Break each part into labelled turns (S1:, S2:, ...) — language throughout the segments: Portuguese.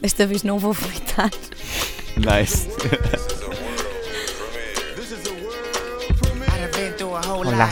S1: Desta vez não vou vomitar.
S2: Nice.
S3: Olá.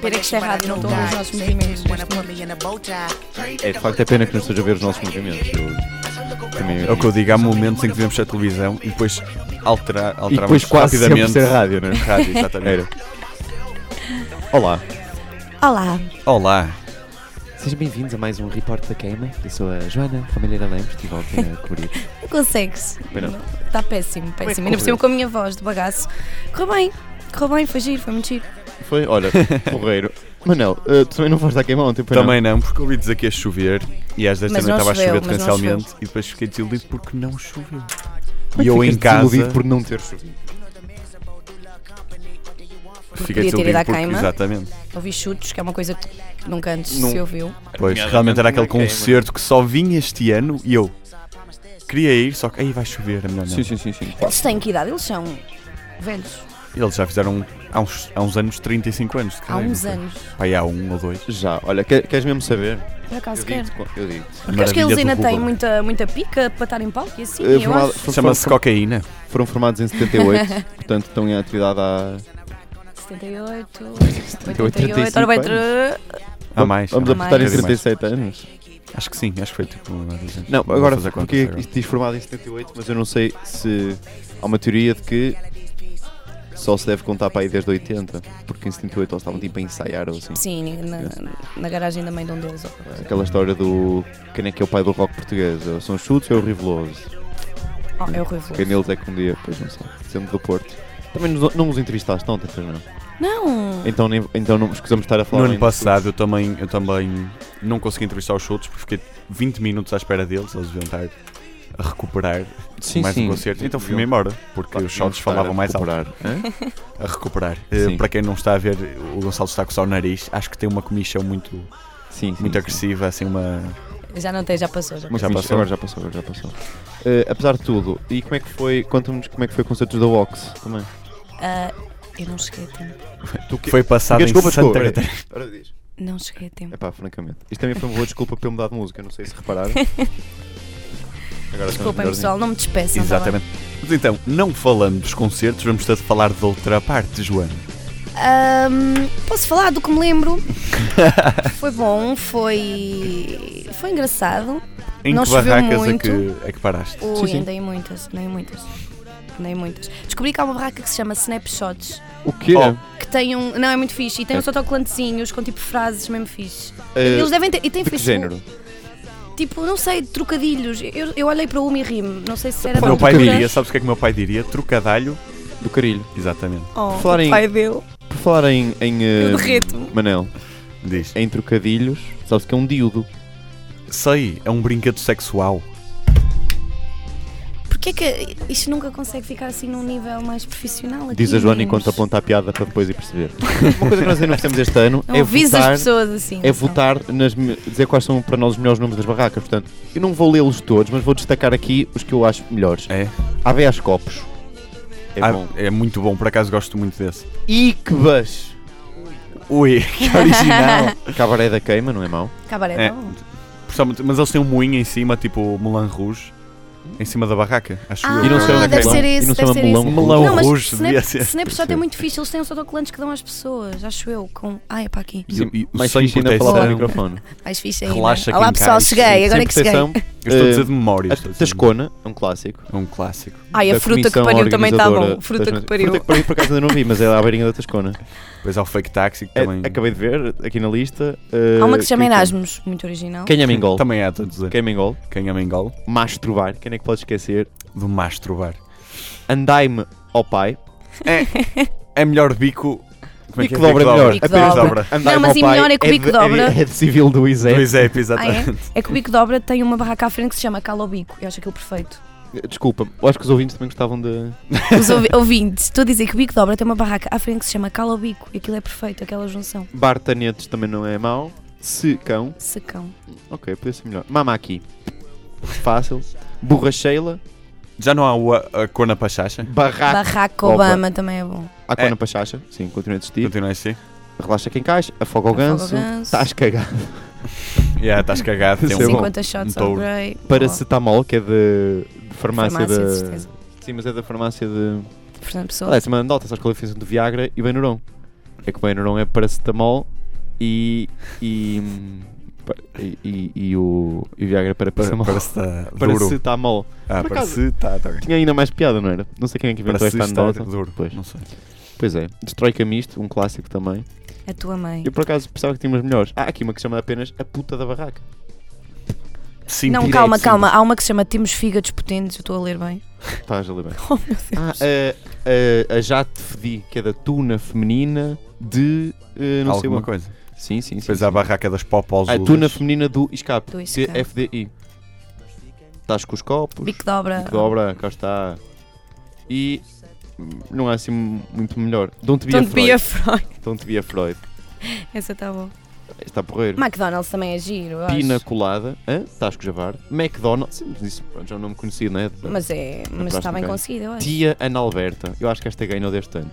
S1: Pera que isto é errado, não estão a ver os nossos movimentos.
S2: É de facto é pena que não esteja a ver os nossos movimentos. Eu, também,
S4: É o que eu digo, há momentos em que vemos a televisão e depois altera, alteramos
S2: E depois quase sempre
S4: rapidamente.
S2: ser rádio, né?
S4: Rádio, exatamente.
S2: Olá,
S1: Olá,
S4: Olá.
S3: Sejam bem-vindos a mais um Report da Queima. Eu sou a Joana Ramalheira Lemos, estive ontem a cobrir.
S1: não consegues.
S2: Pois não.
S1: Está péssimo,
S3: é que
S1: péssimo. Ainda por cima com a minha voz de bagaço. Correu bem, correu bem, foi giro, foi muito giro.
S2: foi, olha, porreiro. Manel, eh, tu também não foste à queima ontem, pois
S4: Também não, porque ouvi dizer que ia chover e às 10 da
S1: Mas
S4: noite
S1: não
S4: estava a chover
S1: choveu, mas não
S4: torrencialmente e depois fiquei desiludido porque não choveu.
S2: não?
S4: E eu em casa
S2: é Desiludido por não ter chovido.
S4: fiquei
S1: podia ter
S4: desiludido
S1: ido à
S4: porque,
S1: queima.
S4: Exatamente.
S1: Ouvi chutos, que é uma coisa que nunca antes
S4: Não.
S1: se ouviu.
S4: Pois,
S2: Nomeadamente
S4: realmente era
S2: na
S4: aquele
S2: é queima.
S4: concerto que só vinha este ano e eu queria ir, só que aí vai chover, é melhor não.
S2: Sim, sim, sim, sim.
S1: Eles têm que idade? Eles são velhos.
S4: Eles já fizeram há uns, há uns anos 35 anos. se
S1: Há
S4: calhar, não
S1: uns
S4: sei.
S1: anos.
S4: Pai, há um ou dois.
S2: Já, olha, que- queres mesmo saber?
S1: Por acaso
S2: eu
S1: quero.
S2: digo-te, eu digo.
S1: Porque acho que
S4: Maravilha
S1: eles
S4: do
S1: ainda têm
S4: Google.
S1: muita, muita pica para estar em palco e assim,
S2: Eh,
S1: eu
S2: formado-
S1: acho.
S2: for-
S4: Chama-se
S2: for-
S4: cocaína.
S2: Foram formados em 78, portanto estão em atividade há
S1: 78,
S2: 78,
S1: 88, ora vai
S2: 35
S1: ter...
S4: Há mais.
S2: Vamos
S4: há
S1: mais.
S2: apertar em
S4: mais.
S2: 37 anos?
S4: Acho que sim, acho que foi tipo.
S2: Não,
S4: vou
S2: agora,
S4: fazer contas
S2: porque é
S4: agora.
S2: isto diz formado em 78, mas eu não sei se há uma teoria de que só se deve contar para aí desde 80, porque em 78 eles estavam tipo a ensaiar ou assim.
S1: Sim, na, na garagem da mãe de um deles. ou coisa.
S2: Aquela história do quem é que é o pai do rock português? Ou São os Chutes ou é o Riveloso?
S1: Oh, é o Rui
S2: Quem
S1: Veloso.
S2: deles é que um dia, pois não sei, sendo do Porto. Também nos- não os entrevistaste ontem, pois não?
S1: Não!
S2: Então, nem, então não escusamos de estar a
S4: No
S2: falar.
S4: ano
S2: ainda sobre-
S4: passado eu também, eu também não consegui entrevistar os Schultz porque fiquei 20 minutos à espera deles, eles deviam estar a recuperar
S2: Sim,
S4: mais
S2: sim.
S4: um concerto. Então fui-me
S2: Deviam-
S4: embora, porque
S2: Pá,
S4: os Schultz
S2: deviam estar
S4: falavam
S2: a
S4: mais alto.
S2: recuperar. Hã?
S4: A recuperar. Eh,
S2: Sim.
S4: para quem não está a ver, o Gonçalo está a coçar o nariz. Acho que tem uma comichão muito,
S2: Sim, sim,
S4: muito
S2: sim.
S4: agressiva, assim uma.
S1: Já não tem, já passou. Já.
S2: Muito
S4: Já
S2: fixe.
S4: passou?
S2: Agora já passou, agora já passou. Eh, apesar de tudo, e como é que foi? Conta-nos como é que foi o concerto da Vox também.
S1: Ah, eu não cheguei a tempo.
S2: Tu que...
S4: Foi passada em
S2: desculpa,
S4: Santa
S2: desculpa.
S4: Catarina.
S2: Ora diz.
S1: Não cheguei a tempo.
S2: Epá, francamente. Isto também foi uma boa desculpa para eu mudar de música, não sei se repararam. Agora estamos
S1: Desculpem,
S2: é melhorzinho.
S1: pessoal, não me despeçam. tá bem?
S4: Exatamente. Mas então, não falando dos concertos, vamos ter de falar de outra parte, Joana.
S1: Ahm, posso falar do que me lembro? foi bom, foi. Foi engraçado.
S4: Em
S1: Não
S4: que
S1: choveu
S4: barracas é
S1: muito.
S4: que, é que paraste?
S1: Ui,
S2: Sim, sim.
S1: andei em muitas, andei em muitas. Andei em muitas. Descobri que há uma barraca que se chama Snapshots.
S2: O quê?
S4: Oh,
S1: Que tem um. Não, é muito fixe. E tem
S2: É.
S1: uns autoclantezinhos com tipo frases mesmo fixe.
S2: Eh,
S1: Eles devem ter. E tem
S2: de que
S1: Facebook.
S2: género?
S1: Tipo, não sei, trocadilhos. Eu, eu olhei para uma e ri-me. Não sei se era
S4: O
S1: da
S4: meu pai
S1: altura.
S4: diria, sabes o que é que o meu pai diria? Trocadalho.
S2: Do carilho.
S4: Exatamente.
S1: Oh,
S2: Por falar em-
S1: o pai dele.
S2: Por falar em. em eh,
S1: Eu derreto.
S2: Manel,
S4: Diz.
S2: em trocadilhos, sabes que é um dildo.
S4: Sei, é um brinquedo sexual.
S1: Porquê que isto nunca consegue ficar assim num nível mais profissional? Aqui,
S2: Diz a Joana
S1: meninos?
S2: enquanto aponta a piada para depois ir perceber. uma coisa que nós ainda não fizemos este ano
S1: Não
S2: é
S1: avisa
S2: votar.
S1: as pessoas assim.
S2: é
S1: só.
S2: votar, nas, me- dizer quais são para nós os melhores nomes das barracas. Portanto, eu não vou lê-los todos, mas vou destacar aqui os que eu acho melhores.
S4: É?
S2: AVAs Copos. É
S4: Ah,
S2: bom.
S4: é muito bom, por acaso gosto muito desse.
S2: Ikebas.
S4: Ui, que original!
S2: Cabaré da Queima, não é mau?
S1: Cabaré,
S4: É.
S1: tá bom.
S4: Principalmente- mas eles têm um moinho em cima, tipo Moulin Rouge, em cima da barraca, acho
S1: Ah,
S4: eu.
S2: e não sei onde é que
S1: deve
S2: é.
S1: ser
S2: E
S1: esse,
S2: não se
S1: deve
S2: chama
S1: ser
S2: melão.
S1: esse.
S4: Melão
S1: não, mas
S4: roxo,
S1: Snap,
S4: devia ser.
S1: Snapshot é muito fixe, eles têm os autocolantes que dão às pessoas, acho eu. Com... Ai, é para aqui.
S4: E- e o
S2: Mais
S4: sem
S2: fixe ainda é
S4: proteção.
S2: falar ao microfone.
S1: Mais fixe ainda.
S4: Relaxa que
S1: Olá pessoal,
S4: encaixa.
S1: cheguei, agora é
S2: Sem
S1: que cheguei.
S2: proteção,
S4: Eu estou a
S2: Eh,
S1: um
S4: dizer de memória.
S2: a
S4: estou a dizer de memória.
S2: Tascona, é um clássico.
S4: É um clássico.
S1: Ai, a
S2: da
S1: fruta que
S2: comissão
S1: pariu também está bom.
S2: organizadora
S1: Fruta
S2: das-
S1: que pariu.
S2: Fruta que pariu, por acaso ainda não vi, mas é à beirinha da Tascona.
S4: Depois há o fake taxi que
S2: É,
S4: também.
S2: acabei de ver aqui na lista. eh,
S1: Há uma que se chama
S2: Erasmo.
S1: Erasmus, muito original.
S2: Quem é Mingol?
S4: Também há, estou a dizer.
S2: Quem é Mingol?
S4: Quem ama engole?
S2: Masturbar. Quem é que pode esquecer?
S4: Do masturbar.
S2: Andai-me ao pai.
S4: É melhor bico. Como é que
S2: Bico
S4: é?
S2: dobra é melhor.
S1: Bico
S4: Apenas
S1: dobra.
S4: dobra.
S2: Andai-me
S1: Não, mas
S2: ao
S1: e
S2: pai
S1: melhor é que o bico
S2: de-
S1: dobra.
S2: É, de civil do
S4: Do
S2: ISEP.
S4: Isep,
S1: Ah, é?
S4: exatamente.
S1: É que o Bico Dobra tem uma barraca à frente que se chama Cala o Bico. Eu acho aquilo perfeito.
S2: Desculpa, eu acho que os ouvintes também gostavam de.
S1: Os ouvi- ouvintes, estou a dizer que o Bico Dobra tem uma barraca à frente que se chama Cala o Bico. E aquilo é perfeito, aquela junção.
S2: Bartanetes também não é mau. Secão.
S1: Secão.
S2: Ok, podia ser melhor. Mamaki. Fácil. Borracheila.
S4: Já não há o, a, a cor na pachacha?
S2: Barraco.
S1: Barraca
S2: Opa.
S1: Obama também é bom.
S2: A
S4: É.
S2: cona pachacha. Sim, continua a existir.
S4: Continua assim?
S2: Relaxa quem encaixa. Afoga
S1: Afoga
S2: o
S1: o
S2: ganso.
S1: ganso.
S2: Estás cagado.
S4: Yeah, estás cagado. Tem
S2: Isso é
S4: um...
S2: bom.
S1: 50 shots
S4: Então,
S1: ao Grey. boa.
S2: Paracetamol, que é de, de farmácia,
S1: Farmácia, de
S2: da.
S1: certeza.
S2: Sim, mas é da farmácia de.
S1: Portanto, pessoa.
S2: Aliás, uma nota, sabes qual é a diferença do Viagra e Benuron? É que o Benuron é paracetamol e. e. e, e, e o, e o Viagra é para
S4: Parece
S2: paracetamol.
S4: tá duro.
S2: Paracetamol.
S4: Ah,
S2: por
S4: parece tá tá bem.
S2: Tinha ainda mais piada, não era? Não sei quem é que inventou
S4: Parece
S2: esta
S4: tá
S2: anedota.
S4: duro.
S2: Pois.
S4: Não sei.
S2: Pois é. Destrói Camisto, um clássico também.
S1: A tua mãe.
S2: Eu por acaso pensava que tinha umas melhores. Há aqui uma que se chama apenas A Puta da Barraca.
S4: Sim,
S1: não,
S4: direito,
S1: calma,
S4: sim.
S1: calma. Há uma que se chama Temos Fígados Potentes. Eu estou a ler bem.
S2: Estás a ler bem.
S1: Oh, meu Deus.
S2: Ah, a, a, a Já Te Fedi, que é da Tuna Feminina de. eh, não sei Ah,
S4: Alguma
S2: o
S4: coisa.
S2: Sim, sim, sim.
S4: Depois
S2: sim.
S4: há a barraca das popós.
S2: A Tuna é Feminina do Escape.
S1: Do Escape.
S2: CFDI. Estás com os copos.
S1: Bico de obra.
S2: Bico de obra, cá está. E. hum, Não há assim muito melhor. Don't be,
S1: Don't
S2: a
S1: be
S2: Freud.
S1: afraid.
S2: Don't be a Freud.
S1: Essa está boa.
S2: Está porreiro.
S1: McDonald's também é giro. eu acho.
S2: Pina Colada, hã? Tasco Javar, McDonald's, sim, mas isso pronto, já não me conhecia, não é?
S1: Mas é. Mas está
S2: próxima
S1: bem
S2: ganha.
S1: conseguido, eu acho.
S2: Tia Analberta, eu acho que esta ganhou deste ano.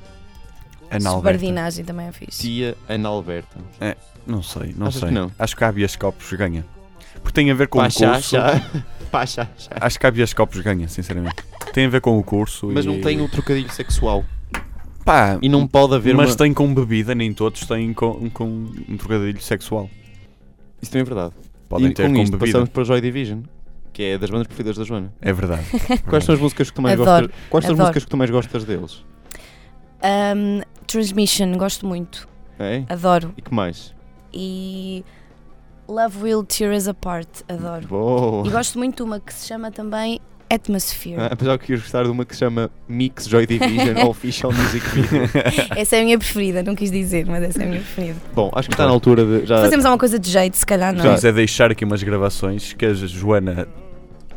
S4: Analberta.
S1: Subardinagem também é fixe.
S2: Tia Analberta.
S4: Não sei, não
S2: Achas
S4: sei.
S2: que não?
S4: Acho que a Abias Copos ganha. Porque tem a ver com o
S2: Pachá,
S4: curso.
S2: chá. Pachá, chá.
S4: Acho que a Abias Copos ganha, sinceramente. Tem a ver com o curso.
S2: Mas
S4: e...
S2: não tem o trocadilho sexual.
S4: Pá,
S2: E não pode haver
S4: mas
S2: uma...
S4: tem com bebida, nem todos têm com, com um trocadilho sexual.
S2: Isso também é verdade.
S4: Podem
S2: e
S4: ter
S2: com,
S4: com
S2: isto
S4: bebida.
S2: passamos para Joy Division, que é das bandas preferidas da Joana.
S4: É verdade.
S2: Quais são as músicas que tu mais
S1: Adoro,
S2: gostas? Quais são as
S1: adoro.
S2: músicas que tu mais gostas deles?
S1: Um, Transmission, gosto muito.
S2: É?
S1: Adoro.
S2: E que mais?
S1: E. Love Will Tear Us Apart. Adoro. E
S2: Boa!
S1: gosto muito de uma que se chama também Atmosphere.
S2: Ah, apesar que ias gostar de uma que se chama Mix Joy Division Official Music Video.
S1: Essa é a minha preferida, não quis dizer, mas essa é a minha preferida.
S2: Bom, acho que está na altura de já
S1: Fazemos alguma coisa de jeito, se calhar não.
S4: Vamos é deixar aqui umas gravações que a Joana.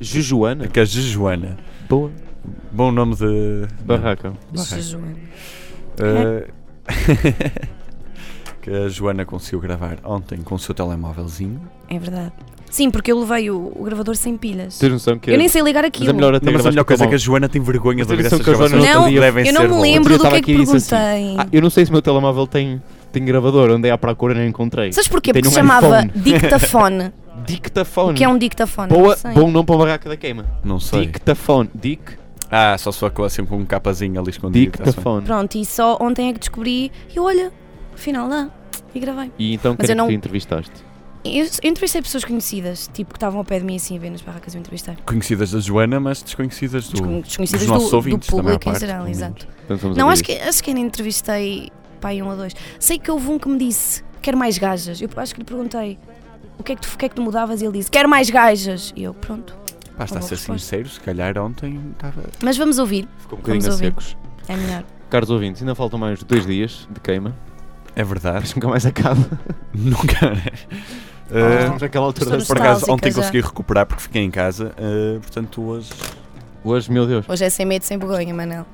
S2: Jejuana.
S4: Que a Joana.
S2: Boa.
S4: Bom nome de.
S2: Barraca.
S1: Jejum.
S4: Eh, que a Joana conseguiu gravar ontem com o seu telemóvelzinho.
S1: É verdade. Sim, porque eu levei o, o gravador sem pilhas.
S2: Tens noção que
S1: Eu nem sei ligar
S2: Mas
S1: aquilo.
S2: é melhor até
S4: Não, mas a
S2: gravares
S4: melhor
S2: com
S4: coisa é
S2: mão.
S4: que a Joana tem vergonha de
S2: Mas
S4: ouvir
S2: atenção
S4: essas
S2: que a Joana
S4: gravações.
S1: não tem-
S4: devem
S1: eu não
S4: ser
S1: me
S4: boas.
S1: lembro
S2: Eu
S1: do que
S2: estava
S1: é que
S2: aqui e disse assim,
S1: perguntei.
S2: Ah, eu não sei se o meu telemóvel tem, tem gravador, andei à procura e não encontrei.
S1: Sabes porquê?
S2: Tenho
S1: Porque se
S2: um
S1: chamava
S2: iPhone.
S1: dictafone.
S2: Dictafone.
S1: que é um dictafone.
S2: Boa,
S1: não sei.
S2: bom nome para a barraca da queima.
S4: Não sei.
S2: Dictafone. Dic,
S4: Ah, só se for assim com um capazinho ali escondido.
S2: tá
S4: tá tá-se bem.
S2: dictafone.
S1: Pronto, e só ontem é que descobri. E eu, olha, afinal lá. E gravei.
S2: E então
S1: Mas
S2: quem
S1: eu
S2: é
S1: não-
S2: que tu entrevistaste?
S1: Eu, eu entrevistei pessoas conhecidas, tipo, que estavam ao pé de mim assim a ver nas barracas. Eu entrevistei.
S4: Conhecidas da Joana, mas desconhecidas do.
S1: Descon- Desconhecidas
S4: dos nossos
S1: do, do
S4: ouvintes também à
S1: público em
S4: parte,
S1: geral,
S4: pelo menos.
S1: exato.
S2: Então vamos
S1: Não,
S2: ouvir
S1: acho
S2: isso.
S1: que, acho que ainda entrevistei pai um ou dois. Sei que houve um que me disse: quero mais gajas. Eu acho que lhe perguntei o que é que tu, o que é que tu mudavas e ele disse: quero mais gajas. E eu, pronto.
S4: Pá, está a ser
S1: Uma boa
S4: sincero, se calhar ontem estava.
S1: Mas vamos ouvir,
S2: Ficou um
S1: Vamos
S2: bocadinho a
S1: ouvir.
S2: secos.
S1: é melhor.
S2: Caros ouvintes, ainda faltam mais dois dias de queima.
S4: É verdade.
S2: Acho que nunca mais acaba.
S4: Nunca. Eh,
S2: Estamos naquela altura.
S1: Ah. Estamos-
S2: da-
S4: por acaso,
S1: Nostálgica
S4: ontem
S1: já.
S4: consegui recuperar porque fiquei em casa. eh, portanto, hoje.
S2: Hoje, meu Deus.
S1: Hoje é sem medo, sem vergonha, Manel.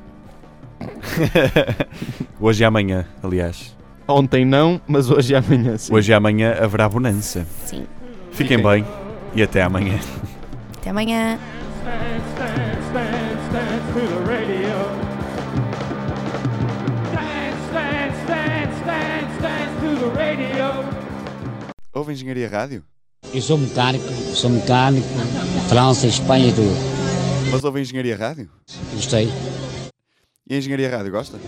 S4: hoje e amanhã, aliás.
S2: Ontem não, mas hoje e amanhã sim.
S4: Hoje e amanhã haverá bonança.
S1: Sim.
S4: Fiquem bem e até amanhã.
S1: Até amanhã.
S5: Stand, stand, stand, stand to the radio. Stand, stand, stand, stand, stand to the radio.
S4: Houve Engenharia Rádio?
S6: Eu sou mecânico, sou mecânico, França, Espanha e tudo.
S4: Mas houve Engenharia Rádio?
S6: Gostei.
S4: E a Engenharia Rádio gosta?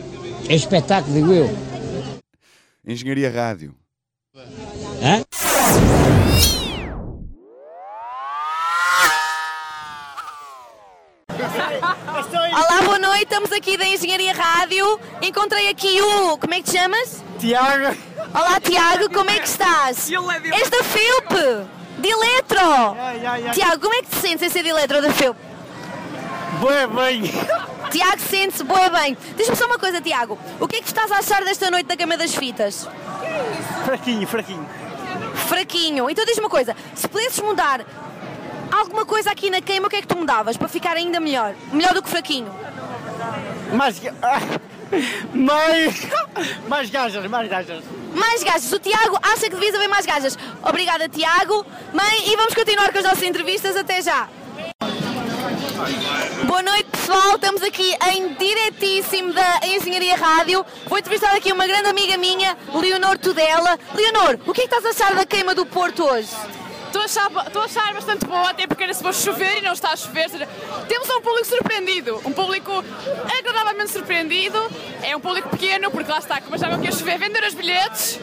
S6: É espetáculo, digo eu.
S4: Engenharia Rádio.
S6: Hã?
S1: Olá, boa noite. Estamos aqui da Engenharia Rádio. Encontrei aqui o. Como é que te chamas?
S7: Tiago,
S1: Olá, Tiago, como é que estás? És da FEUP, de Eletro.
S7: ai, ai, ai.
S1: Tiago, como é que te sentes em ser de Eletro da FEUP?
S7: Boa, bem.
S1: Tiago, sente-se boa bem. Diz-me só uma coisa, Tiago. O que é que estás a achar desta noite da Cama das Fitas?
S7: Fraquinho, fraquinho.
S1: Fraquinho. Então diz-me uma coisa. Se pudesses mudar alguma coisa aqui na queima, o que é que tu mudavas para ficar ainda melhor? Melhor do que fraquinho.
S7: Mais. ga- ah, Mais. Mais gajas, mais gajas.
S1: Mais gajas. O Tiago acha que devias haver mais gajas. Obrigada, Tiago. Mãe, e vamos continuar com as nossas entrevistas. Até já. Boa noite, pessoal. Estamos aqui em diretíssimo da Engenharia Rádio. Vou entrevistar aqui uma grande amiga minha, Leonor Tudela. Leonor, o que é que estás a achar da queima do Porto hoje?
S8: Estou a, achar, estou a achar bastante boa, até porque era se fosse chover e não está a chover. ou seja, temos um público surpreendido, um público agradavelmente surpreendido. É um público pequeno, porque lá está, como achavam que ia chover, venderam os bilhetes.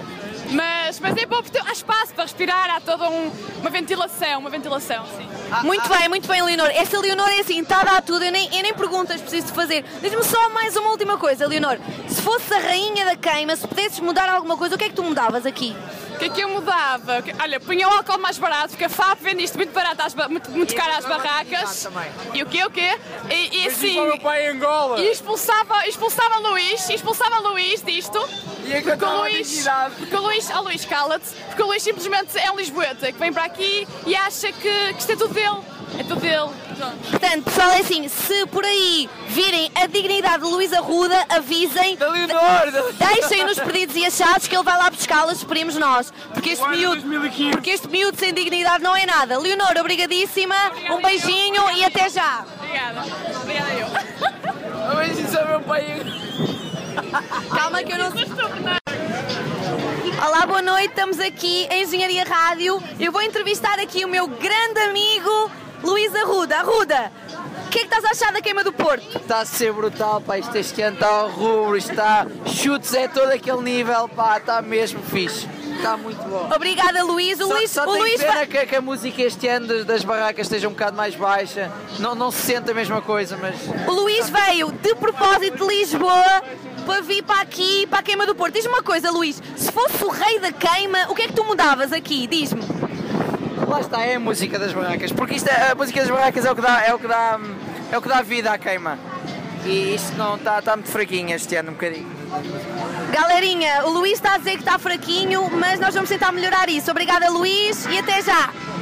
S8: Mas, mas é bom porque há espaço para respirar, há toda um- uma ventilação, uma ventilação, sim.
S9: Muito bem, muito bem, Leonor. Esta Leonor é assim, está a dar tudo, eu nem, eu nem perguntas preciso de fazer. Diz-me só mais uma última coisa, Leonor. Se fosse a rainha da queima, se pudesses mudar alguma coisa, o que é que tu mudavas aqui?
S8: O que é que eu mudava? Que- Olha, punha o álcool mais barato, porque a FAP vende isto muito barato, às ba- muito, muito caro às barracas. E o quê, o quê? E, e assim...
S7: pai em
S9: é
S7: Angola.
S8: E expulsava, expulsava Luís, expulsava Luís disto.
S7: E é que eu
S8: Porque
S7: tava
S8: o
S7: a
S8: Luís,
S7: dignidade.
S8: porque o Luís, oh Luís, cala-te, porque o Luís simplesmente é um Lisboeta que vem para aqui e acha que, que isto é tudo dele. É tudo dele. Pronto.
S9: Portanto, pessoal, é assim, se por aí virem a dignidade de Luís Arruda, avisem.
S7: Da Leonor, da-
S9: Deixem-nos pedidos e achados que ele vai lá buscá-la, esperemos nós. Porque este
S7: Guarda
S9: miúdo.
S7: 2015.
S9: Porque este miúdo sem dignidade não é nada. Leonor, obrigadíssima, um beijinho e até já.
S8: Obrigada. Obrigada eu.
S7: Hoje isso é meu pai em
S9: Calma que eu não.
S8: Mas estou bem.
S9: Olá, boa noite. Estamos aqui em Engenharia Rádio. Eu vou entrevistar aqui o meu grande amigo Luís Arruda. Arruda, o que é que estás a achar da queima do Porto?
S7: Está a ser brutal, pá. Isto este ano está rubro, está chutes, é todo aquele nível, pá. Está mesmo fixe. Está muito bom.
S9: Obrigada, Luís. O
S7: só,
S9: Luís,
S7: só
S9: o
S7: tenho
S9: Luís
S7: pena
S9: vai-
S7: que, que a música este ano das, das barracas esteja um bocado mais baixa. Não, não se sente a mesma coisa, mas
S9: O Luís veio de propósito de Lisboa para vir para aqui, para a queima do Porto. Diz-me uma coisa, Luís, se fosse o rei da queima, o que é que tu mudavas aqui? Diz-me.
S7: lá está, é a música das barracas. Porque isto é- a música das barracas é o que dá, é o que dá, hum, é o que dá vida à queima. E isto não está, está muito fraquinho este ano, um bocadinho.
S9: Galerinha, o Luís está a dizer que está fraquinho, mas nós vamos tentar melhorar isso. Obrigada, Luís, e até já.